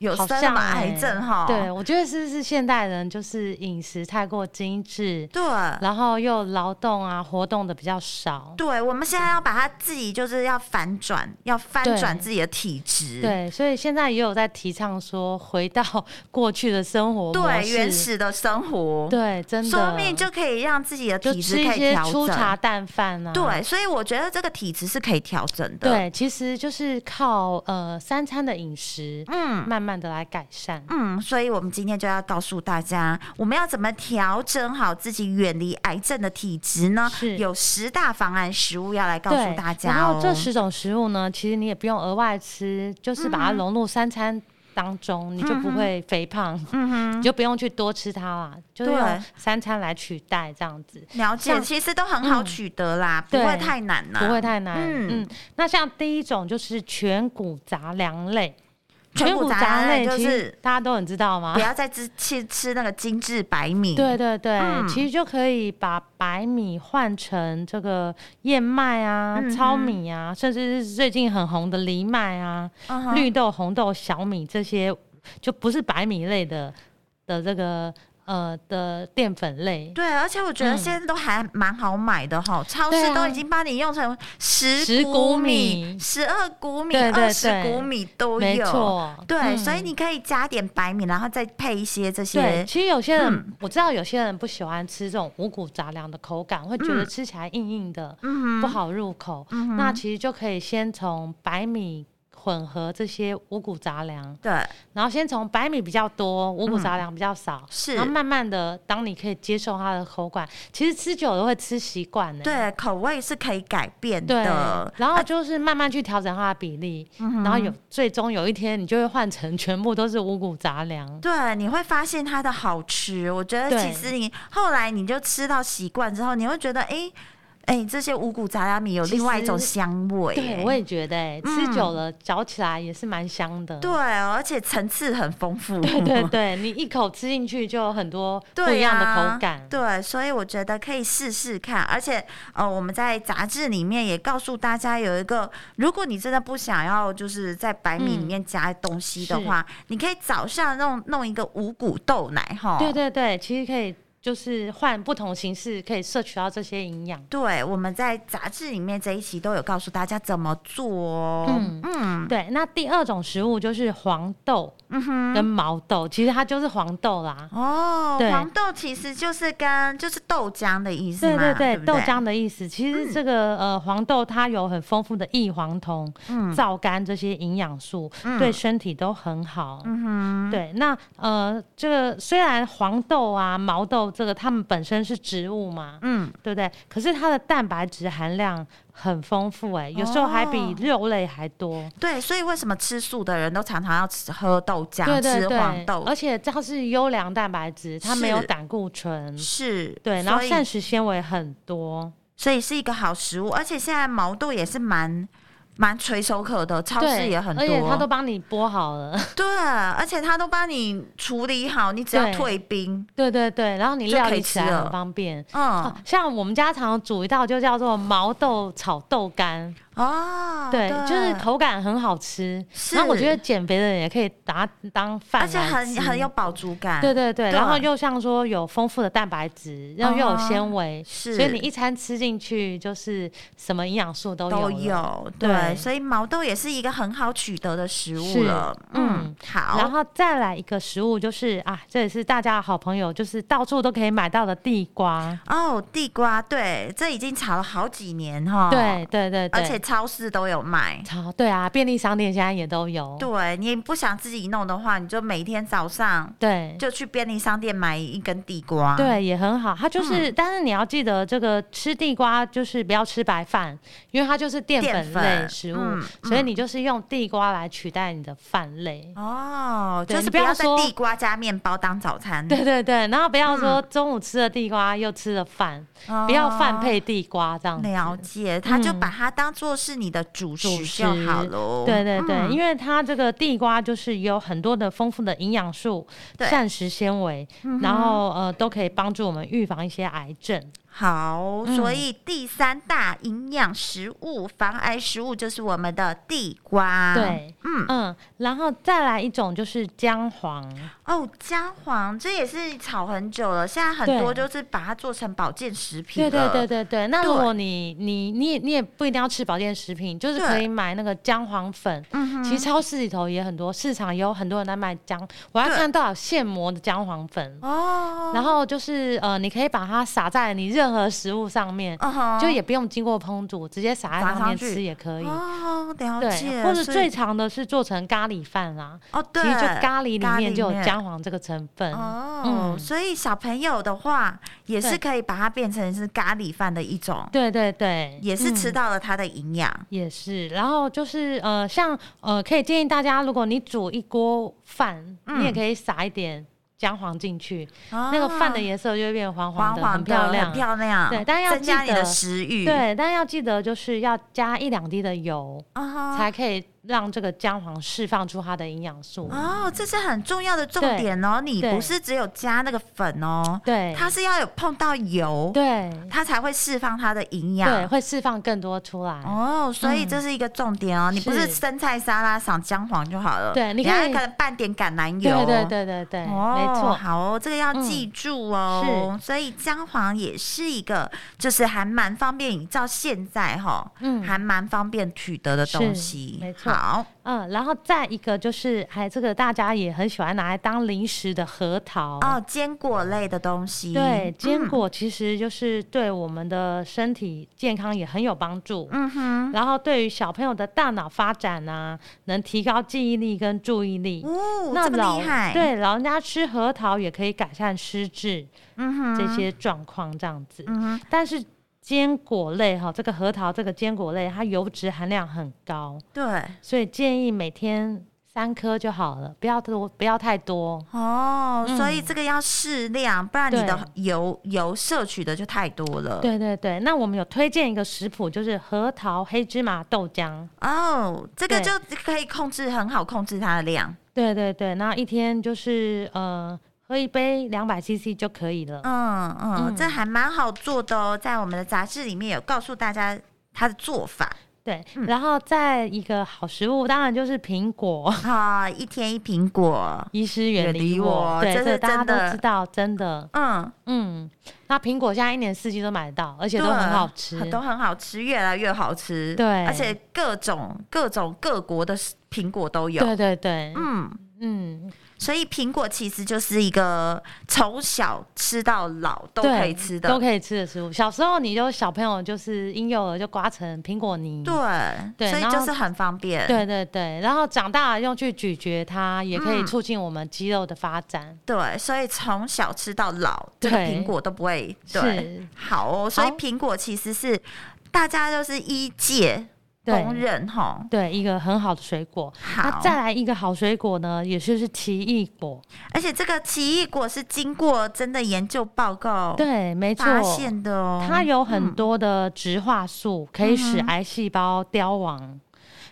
Speaker 1: 有
Speaker 2: 好
Speaker 1: 生了
Speaker 2: 像
Speaker 1: 嘛
Speaker 2: 欸
Speaker 1: 癌症哈、
Speaker 2: 对，我觉得是不是现代人就是饮食太过精致，
Speaker 1: 对
Speaker 2: 然后又劳动啊活动的比较少，
Speaker 1: 对，我们现在要把它自己就是要反转，要翻转
Speaker 2: 对
Speaker 1: 自己的体质，
Speaker 2: 对，所以现在也有在提倡说回到 [laughs] 过去的生活
Speaker 1: 对
Speaker 2: 模式
Speaker 1: 原，始的生活，
Speaker 2: 对，真的，
Speaker 1: 说不定就可以让自己的
Speaker 2: 就
Speaker 1: 体质
Speaker 2: 吃一
Speaker 1: 可以
Speaker 2: 些
Speaker 1: 调
Speaker 2: 粗茶
Speaker 1: 整。
Speaker 2: 淡饭啊，
Speaker 1: 对，所以我觉得这个体质是可以调整的。，
Speaker 2: 对，其实就是靠呃三餐的饮食，
Speaker 1: 嗯，
Speaker 2: 慢慢的来改善。
Speaker 1: 嗯，所以我们今天就要告诉大家，我们要怎么调整好自己远离癌症的体质呢？
Speaker 2: 是
Speaker 1: 有十大防癌食物要来告诉
Speaker 2: 对，
Speaker 1: 大家
Speaker 2: 然
Speaker 1: 哦
Speaker 2: 后。这十种食物呢，其实你也不用额外吃，就是把它
Speaker 1: 嗯
Speaker 2: 融入三餐当中，你就不会肥胖，你就不用去多吃它啦，就
Speaker 1: 嗯
Speaker 2: 是
Speaker 1: 对
Speaker 2: 用三餐来取代这样子。
Speaker 1: 了解，
Speaker 2: 像嗯
Speaker 1: 其实都很好取得啦，不
Speaker 2: 对
Speaker 1: 会太难啦，
Speaker 2: 不会太难，
Speaker 1: 嗯
Speaker 2: 嗯那像第一种就是全谷杂粮类，
Speaker 1: 全谷杂粮类
Speaker 2: 全谷
Speaker 1: 就
Speaker 2: 其实
Speaker 1: 是
Speaker 2: 大家都很知道
Speaker 1: [laughs]
Speaker 2: 吗
Speaker 1: 不？要再吃吃吃那个精致白米。
Speaker 2: 对对对，
Speaker 1: 嗯
Speaker 2: 其实就可以把白米换成这个燕麦啊、
Speaker 1: 嗯哼
Speaker 2: 糙米啊，甚至是最近很红的藜麦啊、
Speaker 1: 嗯哼，
Speaker 2: 绿豆、红豆、小米这些，就不是白米类的的这个呃的淀粉类。
Speaker 1: 对，而且我觉得
Speaker 2: 嗯
Speaker 1: 现在都还蛮好买的哈，超
Speaker 2: 对
Speaker 1: 市
Speaker 2: 啊
Speaker 1: 都已经帮你用成十
Speaker 2: 十
Speaker 1: 谷
Speaker 2: 谷
Speaker 1: 米、
Speaker 2: 米
Speaker 1: 十二谷米、
Speaker 2: 对对
Speaker 1: 二十
Speaker 2: 对
Speaker 1: 谷米都
Speaker 2: 没
Speaker 1: 有。
Speaker 2: 错，
Speaker 1: 对，
Speaker 2: 嗯
Speaker 1: 所以你可以加点白米，然后再配一些这
Speaker 2: 对，
Speaker 1: 些。
Speaker 2: 其实有些人、
Speaker 1: 嗯
Speaker 2: 我知道，有些人不喜欢吃这种五谷杂粮的口感，会觉得吃起来硬硬的，
Speaker 1: 嗯
Speaker 2: 不
Speaker 1: 哼，
Speaker 2: 好入口。
Speaker 1: 嗯哼
Speaker 2: 那其实就可以先从白米混合这些五谷杂粮，
Speaker 1: 对，
Speaker 2: 然后先从白米比较多，五谷杂粮比较少，
Speaker 1: 是
Speaker 2: 然后慢慢的，当你可以接受它的口感，其实吃久了会吃习惯的。
Speaker 1: 对，口味是可以改变
Speaker 2: 对
Speaker 1: 的，。嗯
Speaker 2: 然后就是慢慢去调整它的比例，然后有最终有一天你就会换成全部都是五谷杂粮。
Speaker 1: 对，你会发现它的好吃。我觉得
Speaker 2: 对
Speaker 1: 其实你后来你就吃到习惯之后，你会觉得，哎、哎，这些五谷杂粮米有另外一种
Speaker 2: 其实
Speaker 1: 香味，
Speaker 2: 对，
Speaker 1: 哎
Speaker 2: 我也觉得、欸，吃久了嚼起来也是蛮香的。
Speaker 1: 对，而且层次很丰富，
Speaker 2: 对对对，你一口吃进去就有很多不
Speaker 1: 对
Speaker 2: 一样的
Speaker 1: 呀
Speaker 2: 口感。
Speaker 1: 对，所以我觉得可以试试看。而且，呃，我们在杂志里面也告诉大家有一个，如果你真的不想要就是在白米里
Speaker 2: 嗯
Speaker 1: 面加东西的话，你可以早上弄弄一个五谷豆奶哈。
Speaker 2: 对对对，其实可以就是换不同形式，可以摄取到这些营养。
Speaker 1: 对我们在杂志里面这一期都有告诉大家怎么做哦。
Speaker 2: 嗯
Speaker 1: 嗯
Speaker 2: 对，那第二种食物就是黄豆
Speaker 1: 嗯哼。
Speaker 2: 跟毛豆，其实它就是黄豆啦。
Speaker 1: 哦，
Speaker 2: 对
Speaker 1: 黄豆其实就是跟就是豆浆的意思
Speaker 2: 对
Speaker 1: 嘛，
Speaker 2: 对
Speaker 1: 对嗯
Speaker 2: 对，
Speaker 1: 不
Speaker 2: 豆浆的意思。其实这个、呃黄豆它有很丰富的异黄酮、
Speaker 1: 嗯
Speaker 2: 皂苷这些营养素，
Speaker 1: 嗯
Speaker 2: 对身体都很好。
Speaker 1: 嗯哼，
Speaker 2: 对，那呃，这个虽然黄豆啊、毛豆这个它们本身是植物嘛，
Speaker 1: 嗯，
Speaker 2: 对不对？可是它的蛋白质含量很丰富、欸，有时候还比
Speaker 1: 哦
Speaker 2: 肉类还多。
Speaker 1: 对，所以为什么吃素的人都常常要吃喝豆浆、
Speaker 2: 对对
Speaker 1: 吃
Speaker 2: 对
Speaker 1: 黄，豆
Speaker 2: 而？且它是优良蛋白质，它没有
Speaker 1: 是
Speaker 2: 胆固醇。
Speaker 1: 是，
Speaker 2: 嗯对，然后
Speaker 1: 所以
Speaker 2: 膳食纤维很多，
Speaker 1: 所以是一个好食物，而且现在毛豆也是蛮蛮垂手可得，超市
Speaker 2: 对，
Speaker 1: 也很多，
Speaker 2: 而且它都帮你剥好了， [laughs]
Speaker 1: 对，而且它都帮你处理好，你只要
Speaker 2: 对
Speaker 1: 退冰，
Speaker 2: 对对对，然后你
Speaker 1: 就
Speaker 2: 料
Speaker 1: 可以
Speaker 2: 理
Speaker 1: 吃
Speaker 2: 起来很
Speaker 1: 了
Speaker 2: 方便。
Speaker 1: 嗯
Speaker 2: 哦，像我们家常煮一道就叫做毛豆炒豆干，
Speaker 1: 哦，
Speaker 2: 对，就是，口感很好吃。
Speaker 1: 是
Speaker 2: 然后我觉得减肥的人也可以拿它当饭
Speaker 1: 而
Speaker 2: 来
Speaker 1: 且
Speaker 2: 吃，
Speaker 1: 很很有饱足感，
Speaker 2: 对对对，
Speaker 1: 对哦
Speaker 2: 然后又像说有丰富的蛋白质，然后又有纤维，
Speaker 1: 是
Speaker 2: 所以你一餐吃进去就是什么营养素都有
Speaker 1: 都
Speaker 2: 了。
Speaker 1: 有，
Speaker 2: 对
Speaker 1: 对，所以毛豆也是一个很好取得的食物
Speaker 2: 是
Speaker 1: 了，嗯
Speaker 2: 嗯，
Speaker 1: 好，
Speaker 2: 然后再来一个食物，就是啊，这也是大家的好朋友，就是到处都可以买到的地瓜。
Speaker 1: 哦，地瓜，对，这已经炒了好几年哈，
Speaker 2: 对，对对对，
Speaker 1: 哦而且超市都有卖。
Speaker 2: 超对啊，便利商店现在也都有。
Speaker 1: 对你不想自己弄的话，你就每天早上
Speaker 2: 对
Speaker 1: 就啊去便利商店买一根地瓜。，
Speaker 2: 对，也很好。它
Speaker 1: 嗯
Speaker 2: 就是，但是你要记得，这个吃地瓜就是不要吃白饭，因为它就是淀
Speaker 1: 淀
Speaker 2: 粉
Speaker 1: 粉
Speaker 2: 类食物，
Speaker 1: 嗯
Speaker 2: 所以你就是用地瓜来取代你的饭类。
Speaker 1: 哦，
Speaker 2: 对
Speaker 1: 就是
Speaker 2: 你
Speaker 1: 不
Speaker 2: 不
Speaker 1: 要
Speaker 2: 要
Speaker 1: 在
Speaker 2: 说
Speaker 1: 地瓜加面包当早餐。
Speaker 2: [laughs] 对对对，然后不要说中午吃了地瓜又吃了饭，
Speaker 1: 嗯哦，
Speaker 2: 不要饭配地瓜这样子。
Speaker 1: 了解，他就
Speaker 2: 嗯
Speaker 1: 把它当做是你的主食
Speaker 2: 主食
Speaker 1: 就好喽。
Speaker 2: 对对对，
Speaker 1: 嗯
Speaker 2: 因为它这个地瓜就是有很多的丰富的营养素、
Speaker 1: 对嗯
Speaker 2: 膳食纤维，然后呃都可以帮助我们预防一些癌症。
Speaker 1: 好，
Speaker 2: 嗯
Speaker 1: 所以第三大营养食物、防癌食物就是我们的地瓜。，
Speaker 2: 对，
Speaker 1: 嗯，
Speaker 2: 嗯，然后再来一种就是姜黄，
Speaker 1: 哦，姜黄这也是炒很久了，现在很
Speaker 2: 对
Speaker 1: 多就是把它做成保健食品
Speaker 2: 对
Speaker 1: 了。
Speaker 2: 对对对对。那如
Speaker 1: 对
Speaker 2: 果你你你也你也不一定要吃保健食品，就是可
Speaker 1: 对
Speaker 2: 以买那个姜黄粉。
Speaker 1: 嗯哼
Speaker 2: 其实超市里头也很多，市场也有很多人在卖姜，我还
Speaker 1: 对
Speaker 2: 看到有现磨的姜黄粉。
Speaker 1: 哦，
Speaker 2: 然后就是呃，你可以把它撒在你任何食物上面，
Speaker 1: 嗯哼
Speaker 2: 就也不用经过烹煮，直接撒在
Speaker 1: 撒
Speaker 2: 上
Speaker 1: 上
Speaker 2: 面
Speaker 1: 去
Speaker 2: 吃也可以。
Speaker 1: 哦，了解，
Speaker 2: 对，或者
Speaker 1: 所以
Speaker 2: 最常的是做成咖喱饭啦，
Speaker 1: 哦，
Speaker 2: 其
Speaker 1: 对，
Speaker 2: 实就咖喱里面就有
Speaker 1: 咖喱里面
Speaker 2: 姜黄这个成分。
Speaker 1: 哦，
Speaker 2: 嗯
Speaker 1: 所以小朋友的话也是
Speaker 2: 对
Speaker 1: 可以把它变成是咖喱饭的一种，
Speaker 2: 对对对，
Speaker 1: 也是吃
Speaker 2: 嗯
Speaker 1: 到了它的营养。
Speaker 2: 也是，然后就是呃，像呃，可以建议大家，如果你煮一锅饭，
Speaker 1: 嗯
Speaker 2: 你也可以撒一点姜黄进去，
Speaker 1: 哦
Speaker 2: 那个饭的颜色就会变黄
Speaker 1: 黄
Speaker 2: 的，
Speaker 1: 黄
Speaker 2: 很漂亮。
Speaker 1: 很漂亮，
Speaker 2: 对但要
Speaker 1: 增加
Speaker 2: 记
Speaker 1: 你的
Speaker 2: 得
Speaker 1: 食欲，，
Speaker 2: 对，但要记得就是要加一两滴的油，
Speaker 1: 哦
Speaker 2: 才可以让这个姜黄释放出它的营养素。
Speaker 1: 哦，这是很重要的重
Speaker 2: 对
Speaker 1: 点哦，你
Speaker 2: 对
Speaker 1: 不是只有加那个粉哦，
Speaker 2: 对，
Speaker 1: 它是要有碰到油，
Speaker 2: 对
Speaker 1: 它才会释放它的营养，
Speaker 2: 对会释放更多出来。
Speaker 1: 哦，所以这是一个重点哦，你不是
Speaker 2: 嗯是
Speaker 1: 生菜沙拉撒姜黄就好了，
Speaker 2: 对你可
Speaker 1: 还
Speaker 2: 以
Speaker 1: 可能拌点橄榄
Speaker 2: 对
Speaker 1: 油，
Speaker 2: 对对对对，
Speaker 1: 哦，
Speaker 2: 没错。嗯
Speaker 1: 好哦，这个要记住哦。所以姜黄也是一个，就是还蛮方便，照现在哈、
Speaker 2: 嗯
Speaker 1: 还蛮方便取得的东西，
Speaker 2: 是没错
Speaker 1: 好，
Speaker 2: 嗯，然后再一个就是，还这个大家也很喜欢拿来当零食的核桃。
Speaker 1: 哦，坚果类的东西，
Speaker 2: 对，坚
Speaker 1: 嗯，
Speaker 2: 果其实就是对我们的身体健康也很有帮助，
Speaker 1: 嗯哼。
Speaker 2: 然后对于小朋友的大脑发展啊，能提高记忆力跟注意力。
Speaker 1: 哦，
Speaker 2: 那
Speaker 1: 这么
Speaker 2: 老
Speaker 1: 厉害！，
Speaker 2: 对老人家吃核桃也可以改善失智
Speaker 1: 嗯哼，
Speaker 2: 这，些状况，这样子。
Speaker 1: 嗯哼，
Speaker 2: 但是坚果类哈，这个核桃这个坚果类，它油脂含量很高，
Speaker 1: 对，
Speaker 2: 所以建议每天。三颗就好了，不要多，不要太多。
Speaker 1: 哦，所以这个要适量，不然你的
Speaker 2: 嗯对
Speaker 1: 油油摄取的就太多了。，
Speaker 2: 对对对，那我们有推荐一个食谱，就是核桃、黑芝麻、豆浆。
Speaker 1: 哦，这个
Speaker 2: 对
Speaker 1: 就可以控制，很好控制它的量。
Speaker 2: 对对对，那一天就是呃喝一杯两百 CC 就可以了。
Speaker 1: 嗯嗯，
Speaker 2: 嗯
Speaker 1: 这还蛮好做的哦，在我们的杂志里面有告诉大家它的做法。
Speaker 2: 对，
Speaker 1: 嗯
Speaker 2: 然后再一个好食物，当然就是苹果。 [laughs]
Speaker 1: 啊、一天一苹果。
Speaker 2: 医师远
Speaker 1: 远离
Speaker 2: 离
Speaker 1: 我
Speaker 2: 我，对，
Speaker 1: 这
Speaker 2: 这
Speaker 1: 是
Speaker 2: 个大家
Speaker 1: 真的
Speaker 2: 都知道，真的，
Speaker 1: 嗯，
Speaker 2: 嗯，那苹果现在一年四季都买得到，而且
Speaker 1: 对，
Speaker 2: 都很好吃，
Speaker 1: 都很嗯好吃，越来越好吃。
Speaker 2: 对
Speaker 1: 而且各种各种各国的苹果都有。
Speaker 2: 对对对，
Speaker 1: 嗯，
Speaker 2: 嗯，
Speaker 1: 所以苹果其实就是一个从小吃到老都可以
Speaker 2: 对
Speaker 1: 吃的，
Speaker 2: 都可以吃的食物。小时候你就小朋友就是婴幼儿就刮成苹果泥，
Speaker 1: 对，
Speaker 2: 对
Speaker 1: 所以
Speaker 2: 然
Speaker 1: 就
Speaker 2: 后
Speaker 1: 是很方便。
Speaker 2: 对对对，然后长大了用去咀嚼它，也可以
Speaker 1: 嗯
Speaker 2: 促进我们肌肉的发展。
Speaker 1: 对，所以从小吃到老，这
Speaker 2: 对
Speaker 1: 个苹果都不会对。
Speaker 2: 是，
Speaker 1: 好哦，所以
Speaker 2: 好
Speaker 1: 苹果其实是大家就是一界
Speaker 2: 对啊
Speaker 1: 公认哈。
Speaker 2: 对，一个很好的水果。那
Speaker 1: 好，
Speaker 2: 再来一个好水果呢，也就是奇异果。
Speaker 1: 而且这个奇异果是经过真的研究报告
Speaker 2: 对，没错，
Speaker 1: 发现的哦。
Speaker 2: 它有很多的植化素，可以
Speaker 1: 嗯
Speaker 2: 使
Speaker 1: 哼
Speaker 2: 癌细胞凋亡。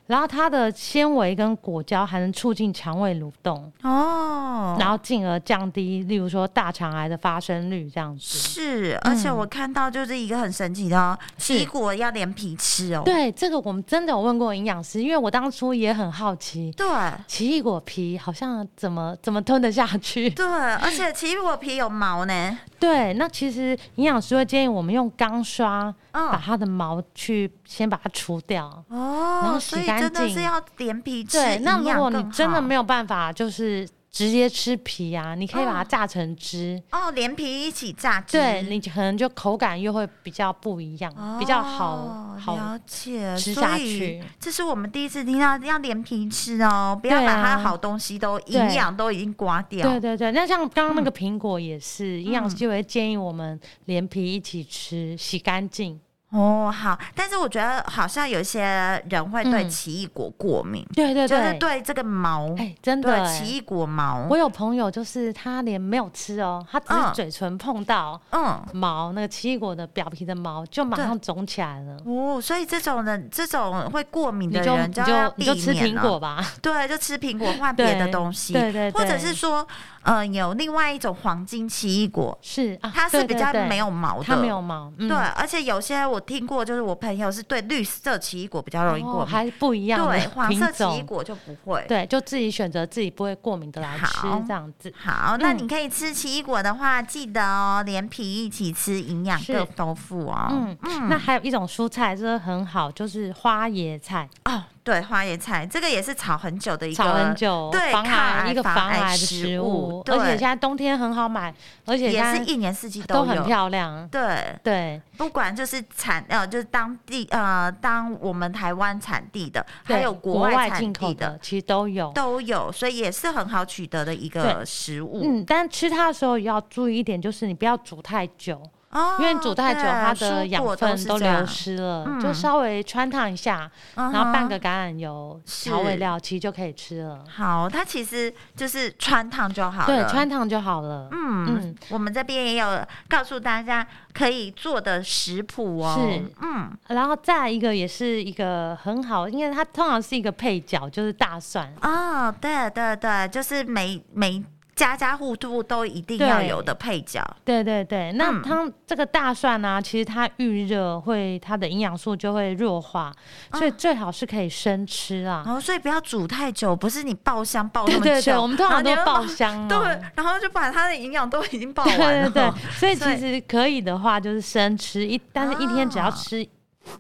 Speaker 2: 然后它的纤维跟果胶还能促进肠胃蠕动，
Speaker 1: 哦，
Speaker 2: 然后进而降低，例如说大肠癌的发生率这样子。
Speaker 1: 是，而且我看到就是一个很神奇的哦，奇异
Speaker 2: 嗯是
Speaker 1: 果要连皮吃哦。
Speaker 2: 对，这个我们真的有问过营养师，因为我当初也很好奇，
Speaker 1: 对
Speaker 2: 奇异果皮好像怎么怎么吞得下去？ [laughs]
Speaker 1: 对，而且奇异果皮有毛呢。
Speaker 2: 对，那其实营养师会建议我们用钢刷把
Speaker 1: 嗯，
Speaker 2: 它的毛去先把它除掉。然
Speaker 1: 哦，
Speaker 2: 后
Speaker 1: 所
Speaker 2: 洗
Speaker 1: 以
Speaker 2: 干
Speaker 1: 真的是
Speaker 2: 净
Speaker 1: 要连皮吃，
Speaker 2: 对，那
Speaker 1: 营
Speaker 2: 如
Speaker 1: 养
Speaker 2: 果你
Speaker 1: 更
Speaker 2: 真的
Speaker 1: 好
Speaker 2: 没有办法，就是直接吃皮啊，你可以把它
Speaker 1: 嗯
Speaker 2: 榨成汁，
Speaker 1: 哦，连皮一起榨汁，
Speaker 2: 对你可能就口感又会比较不一样，比较好
Speaker 1: 哦
Speaker 2: 好
Speaker 1: 了解，
Speaker 2: 吃
Speaker 1: 所
Speaker 2: 下
Speaker 1: 以
Speaker 2: 去。
Speaker 1: 这是我们第一次听到要连皮吃哦，不要
Speaker 2: 对
Speaker 1: 把
Speaker 2: 啊
Speaker 1: 它好东西都营
Speaker 2: 对
Speaker 1: 养都已经刮掉。
Speaker 2: 对对对，那像刚刚那个苹果也是，营养
Speaker 1: 嗯
Speaker 2: 师就会建议我们连皮一起吃，洗干净。
Speaker 1: 哦，好，但是我觉得好像有些人会对
Speaker 2: 嗯
Speaker 1: 奇异果过敏，
Speaker 2: 对嗯对
Speaker 1: 就是
Speaker 2: 对，
Speaker 1: 对这个毛，
Speaker 2: 哎，真的
Speaker 1: 对
Speaker 2: 哎
Speaker 1: 奇异果毛
Speaker 2: 我，有朋友就是他连没有吃哦，他只
Speaker 1: 嗯
Speaker 2: 是嘴唇碰到
Speaker 1: 嗯。
Speaker 2: 毛那个奇异果的表皮的毛，就马
Speaker 1: 对
Speaker 2: 上肿起来了。
Speaker 1: 哦，所以这种人，这种会过敏
Speaker 2: 你
Speaker 1: 的
Speaker 2: 就
Speaker 1: 人，
Speaker 2: 你
Speaker 1: 要
Speaker 2: 就你就
Speaker 1: 避
Speaker 2: 吃
Speaker 1: 免
Speaker 2: 苹
Speaker 1: 了
Speaker 2: 果吧，
Speaker 1: 对，就吃苹果换别的
Speaker 2: 对
Speaker 1: 东西，
Speaker 2: 对对对，
Speaker 1: 或者是说，呃，有另外一种黄金奇异果，
Speaker 2: 是啊，
Speaker 1: 它是比较没
Speaker 2: 有
Speaker 1: 有毛的，
Speaker 2: 它没有毛，嗯、
Speaker 1: 对，而且有些我听过，就是我朋友是对绿色奇异果比较容易
Speaker 2: 哦
Speaker 1: 过敏，
Speaker 2: 还不一样的
Speaker 1: 对黄
Speaker 2: 品
Speaker 1: 色奇异
Speaker 2: 种，
Speaker 1: 果就不会。
Speaker 2: 对，就自己选择自己不会过敏的来吃
Speaker 1: 好
Speaker 2: 这样子。
Speaker 1: 好，那
Speaker 2: 嗯
Speaker 1: 你可以吃奇异果的话，记得哦，连皮一起吃，营养
Speaker 2: 是
Speaker 1: 更丰富哦。
Speaker 2: 嗯，那还有一种蔬菜真的很好，就是花椰菜，
Speaker 1: 哦，对，花椰菜这个也是炒很久的一个，
Speaker 2: 炒很久，
Speaker 1: 对
Speaker 2: 防
Speaker 1: 抗癌
Speaker 2: 癌一个
Speaker 1: 防
Speaker 2: 防
Speaker 1: 癌
Speaker 2: 癌的
Speaker 1: 食
Speaker 2: 食
Speaker 1: 物
Speaker 2: 物，而且
Speaker 1: 对
Speaker 2: 现在冬天很好买，而且
Speaker 1: 也是
Speaker 2: 现在
Speaker 1: 一年四季
Speaker 2: 都
Speaker 1: 有
Speaker 2: 很。漂亮。
Speaker 1: 对，
Speaker 2: 对
Speaker 1: 不管就是产呃，就是当地呃，当我们台湾产地的，
Speaker 2: 对，
Speaker 1: 还有
Speaker 2: 国
Speaker 1: 外产
Speaker 2: 进口
Speaker 1: 地
Speaker 2: 的其实都有。
Speaker 1: 都有，所以也是很好取得的一个食物。
Speaker 2: 嗯，但吃它的时候也要注意一点，就是你不要煮太久，
Speaker 1: 哦
Speaker 2: 因为你煮太久，
Speaker 1: 对
Speaker 2: 它
Speaker 1: 蔬
Speaker 2: 的养
Speaker 1: 果
Speaker 2: 分
Speaker 1: 是
Speaker 2: 都
Speaker 1: 这样
Speaker 2: 流失了，
Speaker 1: 嗯
Speaker 2: 就稍微穿烫一下，
Speaker 1: 嗯哼
Speaker 2: 然后拌个橄榄油
Speaker 1: 是
Speaker 2: 调味料，其实就可以吃了。
Speaker 1: 好，它其实就是穿烫就好了。
Speaker 2: 对，穿烫就好了。
Speaker 1: 嗯
Speaker 2: 嗯
Speaker 1: 我们这边也有告诉大家可以做的食谱哦。
Speaker 2: 是，
Speaker 1: 嗯，
Speaker 2: 然后再一个也是一个很好，因为它通常是一个配角，就是大蒜。
Speaker 1: 哦，对对对，就是每每家家户户都一定要
Speaker 2: 对
Speaker 1: 有的配角。
Speaker 2: 对对对，
Speaker 1: 嗯
Speaker 2: 那它这个大蒜呢、其实它预热会它的营养素就会弱化，所以
Speaker 1: 啊
Speaker 2: 最好是可以生吃啊。
Speaker 1: 然后、所以不要煮太久，不是你爆香爆那
Speaker 2: 对
Speaker 1: 哦么久，
Speaker 2: 对对，我们通常
Speaker 1: 然后
Speaker 2: 都
Speaker 1: 你
Speaker 2: 爆
Speaker 1: 又
Speaker 2: 香
Speaker 1: [laughs]
Speaker 2: 哦、
Speaker 1: 对，然后就把它的营养都已经爆
Speaker 2: 对
Speaker 1: 完了。
Speaker 2: [laughs] 对对，
Speaker 1: [laughs]
Speaker 2: 所以
Speaker 1: 哦所以
Speaker 2: 其实可以的话，就是生吃一，但是一天只
Speaker 1: 啊
Speaker 2: 要吃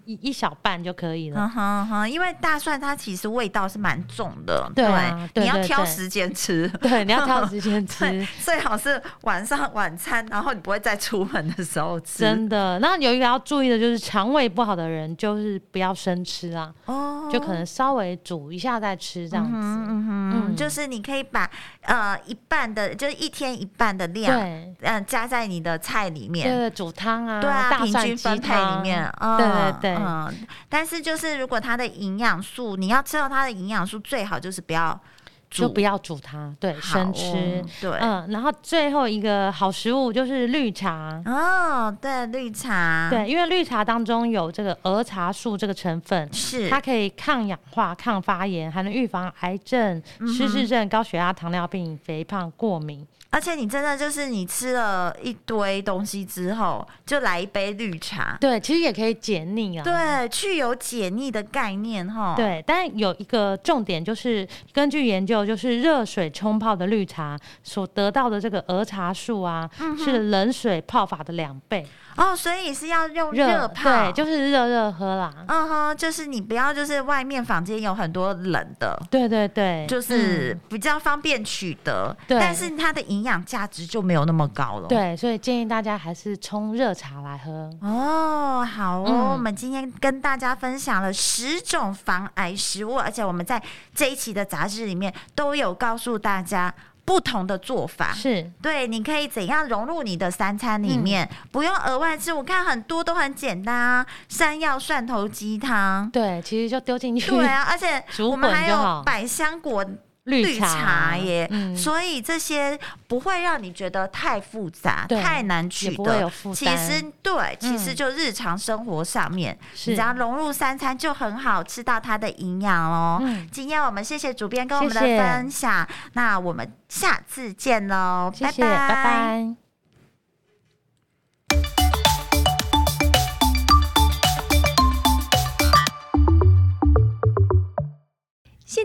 Speaker 2: 一一小半就可以了。
Speaker 1: 嗯哼哼，因为大蒜它其实味道是蛮重的，
Speaker 2: 对啊对
Speaker 1: 你要
Speaker 2: 对
Speaker 1: 挑
Speaker 2: 对
Speaker 1: 时间吃。
Speaker 2: [laughs]
Speaker 1: [laughs]
Speaker 2: 对，你要挑时间
Speaker 1: 对，
Speaker 2: 吃，
Speaker 1: 最好是晚上晚餐，然后你不会在出门的时候吃。
Speaker 2: 真的。那有一个要注意的就是，肠胃不好的人就是不要生吃啊，
Speaker 1: 哦
Speaker 2: 就可能稍微煮一下再吃这样
Speaker 1: 嗯哼
Speaker 2: 子。
Speaker 1: 嗯哼，
Speaker 2: 嗯
Speaker 1: 就是你可以把呃一半的，就是一天一半的量，
Speaker 2: 对，
Speaker 1: 嗯，加在你的菜里
Speaker 2: 对
Speaker 1: 面。
Speaker 2: 对，煮汤啊，
Speaker 1: 对啊，
Speaker 2: 大
Speaker 1: 平
Speaker 2: 蒜
Speaker 1: 均
Speaker 2: 鸡
Speaker 1: 分配里
Speaker 2: 汤
Speaker 1: 面，嗯
Speaker 2: 对对对
Speaker 1: 嗯，但是就是如果它的营养素，你要吃到它的营养素，最好就是不要煮，
Speaker 2: 就不要煮它，对，
Speaker 1: 好
Speaker 2: 生
Speaker 1: 哦
Speaker 2: 吃。。
Speaker 1: 对，
Speaker 2: 嗯，然后最后一个好食物就是绿茶。
Speaker 1: 哦，对，绿茶，，
Speaker 2: 对，因为绿茶当中有这个儿茶素这个成分，
Speaker 1: 是
Speaker 2: 它可以抗氧化、抗发炎，还能预防癌症、失智症、高血压、糖尿病、肥胖、过敏。
Speaker 1: 而且你真的就是你吃了一堆东西之后，就来一杯绿茶，
Speaker 2: 对，其实也可以解腻啊。
Speaker 1: 对，去油解腻的概念哈。，
Speaker 2: 对，但有一个重点就是，根据研究，就是热水冲泡的绿茶所得到的这个儿茶素啊，是冷水泡法的两倍，
Speaker 1: 哦，所以是要用热泡，
Speaker 2: 对，就是热热喝啦。
Speaker 1: 嗯哼，就是你不要就是外面房间有很多冷的。
Speaker 2: 对对对，
Speaker 1: 就是
Speaker 2: 嗯
Speaker 1: 比较方便取得，
Speaker 2: 对
Speaker 1: 但是它的营养价值就没有那么高了。，
Speaker 2: 对，所以建议大家还是冲热茶来喝。
Speaker 1: 哦，好哦，
Speaker 2: 嗯
Speaker 1: 我们今天跟大家分享了十种防癌食物，而且我们在这一期的杂志里面都有告诉大家不同的做法。
Speaker 2: 是，嗯
Speaker 1: 对，你可以怎样融入你的三餐里面，不用额外吃。我看很多都很简单啊，山药蒜头鸡汤。
Speaker 2: 对，其实就丢进去。
Speaker 1: 对啊，而且
Speaker 2: 煮
Speaker 1: 我们
Speaker 2: 滚
Speaker 1: 还
Speaker 2: 就
Speaker 1: 有
Speaker 2: 好
Speaker 1: 百香果
Speaker 2: [laughs] 绿
Speaker 1: 绿茶耶，
Speaker 2: 嗯，
Speaker 1: 所以这些不会让你觉得太复杂、
Speaker 2: 对
Speaker 1: 太难取
Speaker 2: 也不会
Speaker 1: 得
Speaker 2: 有。负
Speaker 1: 其
Speaker 2: 担嗯
Speaker 1: 实对，其实就日常生活上面，
Speaker 2: 是
Speaker 1: 你只要融入三餐就很好，吃到它的营养哦。
Speaker 2: 嗯
Speaker 1: 今天我们谢谢主编跟我
Speaker 2: 谢
Speaker 1: 们的
Speaker 2: 谢
Speaker 1: 分享，那我们下次见喽，
Speaker 2: 谢谢，拜拜。
Speaker 3: 现